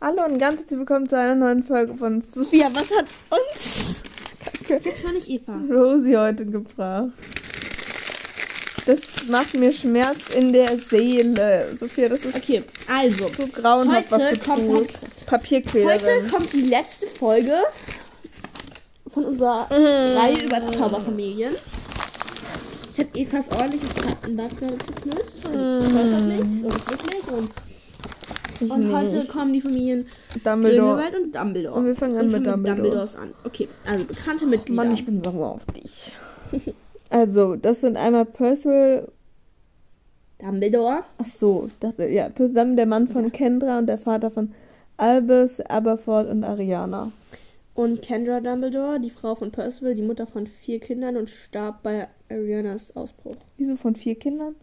Hallo und ganz herzlich willkommen zu einer neuen Folge von Sophia. Was hat uns Das war nicht Eva. Rosie heute gebracht? Das macht mir Schmerz in der Seele. Sophia, das ist Okay, also. so grauenhaft, was Heute du kommt- tust. Papierquälerin. Heute kommt die letzte Folge von unserer Äh. Mhm. Reihe über Zauberfamilien. Ich habe Evas ordentliches Kartenbad gerade zerknüllt. Und Äh. ich weiß auch nichts. Und wirklich. Und, und heute kommen die Familien Dumbledore. Grindelwald und Dumbledore. Und wir fangen an Und mit Dumbledore. Dumbledores an. Okay, also bekannte Mitglieder. Mann, ich bin sauer auf dich. Also, das sind einmal Percival. Dumbledore. Ach so, ich dachte, ja, zusammen der Mann von Kendra und der Vater von Albus, Aberford und Ariana. Und Kendra Dumbledore, die Frau von Percival, die Mutter von vier Kindern und starb bei Arianas Ausbruch. Wieso von vier Kindern?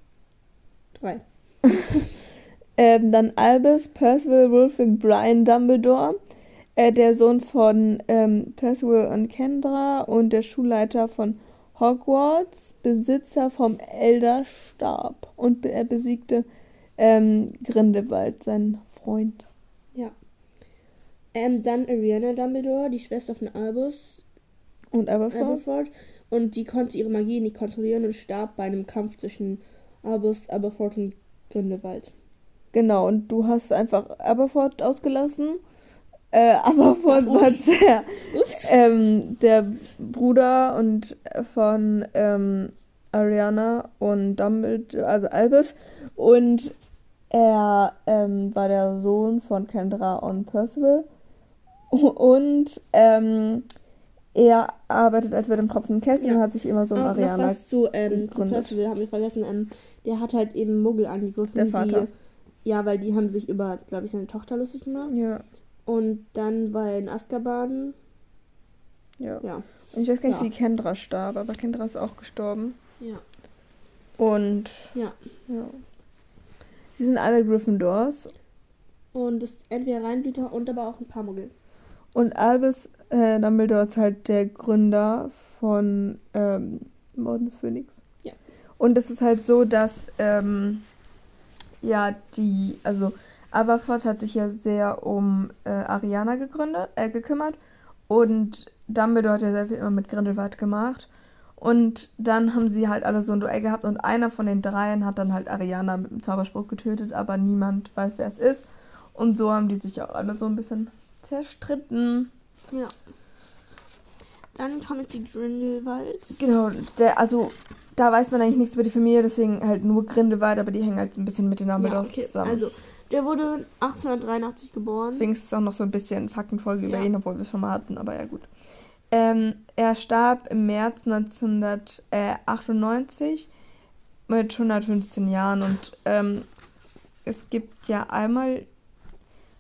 Drei. Ähm, dann Albus, Percival, Wolfric, Brian, Dumbledore, äh, der Sohn von ähm, Percival und Kendra und der Schulleiter von Hogwarts, Besitzer vom Elderstab. Und be er besiegte ähm, Grindelwald, seinen Freund. Ja. Ähm, dann Ariana Dumbledore, die Schwester von Albus Und Aberforth. Aberford. Und die konnte ihre Magie nicht kontrollieren und starb bei einem Kampf zwischen Albus, Aberford und Grindelwald. Genau, und du hast einfach Aberforth ausgelassen. Äh, Aberforth war der, Ups. ähm, der Bruder und von ähm, Ariana und Dumbledore, also Albus. Und er ähm, war der Sohn von Kendra und Percival. Und ähm, er arbeitet als bei dem Tropfen Kessel Ja. und hat sich immer so um Und Äh, noch Ariana. was zu, ähm, zu gegründet. Percival haben wir vergessen. Ähm, der hat halt eben Muggel angegriffen. Der Vater. Die, ja, weil die haben sich über, glaube ich, seine Tochter lustig gemacht. Ja, Und dann war er in Azkaban. ja. Ja. Und ich weiß gar nicht, Ja. wie Kendra starb, aber Kendra ist auch gestorben. Ja. Und Ja. ja. Sie sind alle Gryffindors. Und ist entweder Reinblüter und aber auch ein paar Muggel. Und Albus äh, Dumbledore ist halt der Gründer von ähm, dem Orden des Phönix. Ja. Und es ist halt so, dass ähm, ja die, also Aberforth hat sich ja sehr um äh, Ariana gegründet, äh, gekümmert und Dumbledore hat ja sehr viel immer mit Grindelwald gemacht. Und dann haben sie halt alle so ein Duell gehabt und einer von den dreien hat dann halt Ariana mit dem Zauberspruch getötet, aber niemand weiß, wer es ist. Und so haben die sich auch alle so ein bisschen zerstritten. Ja. Dann kommen jetzt die Grindelwalds. Genau, der, also da weiß man eigentlich nichts über die Familie, deswegen halt nur Grindelwald, aber die hängen halt ein bisschen mit den Dumbledores okay. zusammen. Also, der wurde 1883 geboren. Deswegen ist es auch noch so ein bisschen Faktenfolge über Ja. ihn, obwohl wir es schon mal hatten, aber ja gut. Ähm, er starb im März 1998 mit 115 Jahren und ähm, es gibt ja einmal,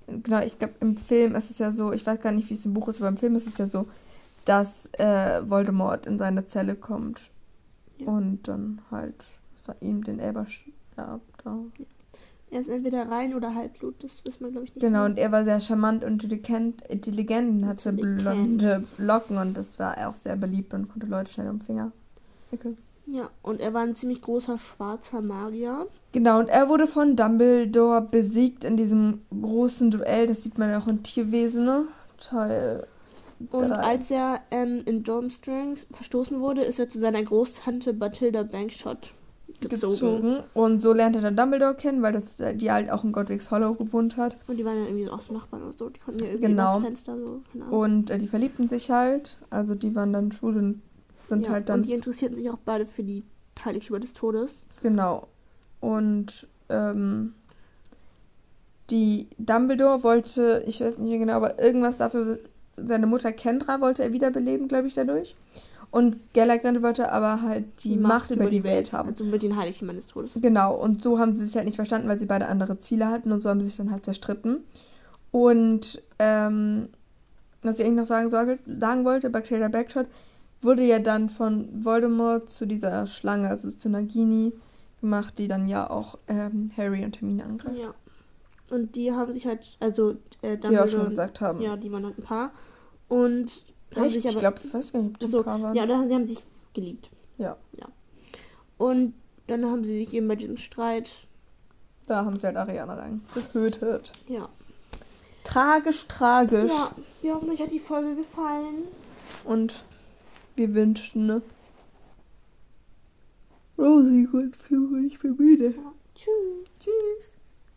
genau, ich glaube im Film ist es ja so, ich weiß gar nicht, wie es im Buch ist, aber im Film ist es ja so, dass äh, Voldemort in seine Zelle kommt Ja. und dann halt ist er ihm den Elberstab da. Er ist entweder rein oder halbblut, das wissen wir, glaube ich, nicht. Genau, mehr. und er war sehr charmant und intelligent, intelligent und hatte Intelligent. blonde Locken und das war er auch sehr beliebt und konnte Leute schnell um den Finger. wickeln. Ja, und er war ein ziemlich großer schwarzer Magier. Genau, und er wurde von Dumbledore besiegt in diesem großen Duell. Das sieht man ja auch in Tierwesen, ne? Teil. Und drei. als er ähm, in Durmstrang verstoßen wurde, ist er zu seiner Großtante Bathilda Bankshot gezogen. gezogen. Und so lernte er dann Dumbledore kennen, weil das, die halt auch in Godric's Hollow gewohnt hat. Und die waren ja irgendwie so auch so Nachbarn oder so. Die konnten ja irgendwie Genau. übers Fenster so. Keine Ahnung. Und äh, die verliebten sich halt. Also die waren dann schwul und sind ja, halt dann und die interessierten sich auch beide für die Heiligtümer des Todes. Genau. Und ähm, die Dumbledore wollte, ich weiß nicht mehr genau, aber irgendwas dafür, seine Mutter Kendra wollte er wiederbeleben, glaube ich, dadurch. Und Gellagrind wollte aber halt die, Macht, über, die Welt, haben. Also mit den Heiligtümern des Todes. Genau, und so haben sie sich halt nicht verstanden, weil sie beide andere Ziele hatten und so haben sie sich dann halt zerstritten. Und ähm, was ich eigentlich noch sagen, sorge- sagen wollte, Bacteria Backshot wurde ja dann von Voldemort zu dieser Schlange, also zu Nagini, gemacht, die dann ja auch ähm, Harry und Hermine angreift. Ja. Und die haben sich halt, also äh, Die wir Dumbledore auch schon und- gesagt haben. Ja, die waren halt ein Paar. Und haben Echt? sich Ich aber. glaube, ich weiß gar nicht, ob die Achso, ein Paar waren. ja, da, sie haben sich geliebt. Ja. Ja. Und dann haben sie sich eben bei diesem Streit. Da haben sie halt Ariana dann getötet. Ja. tragisch, tragisch. Ja, wir hoffen, euch hat die Folge gefallen. Und wir wünschen, ne? Rosig und Flug und ich bin müde. Ja, tschüss. Tschüss.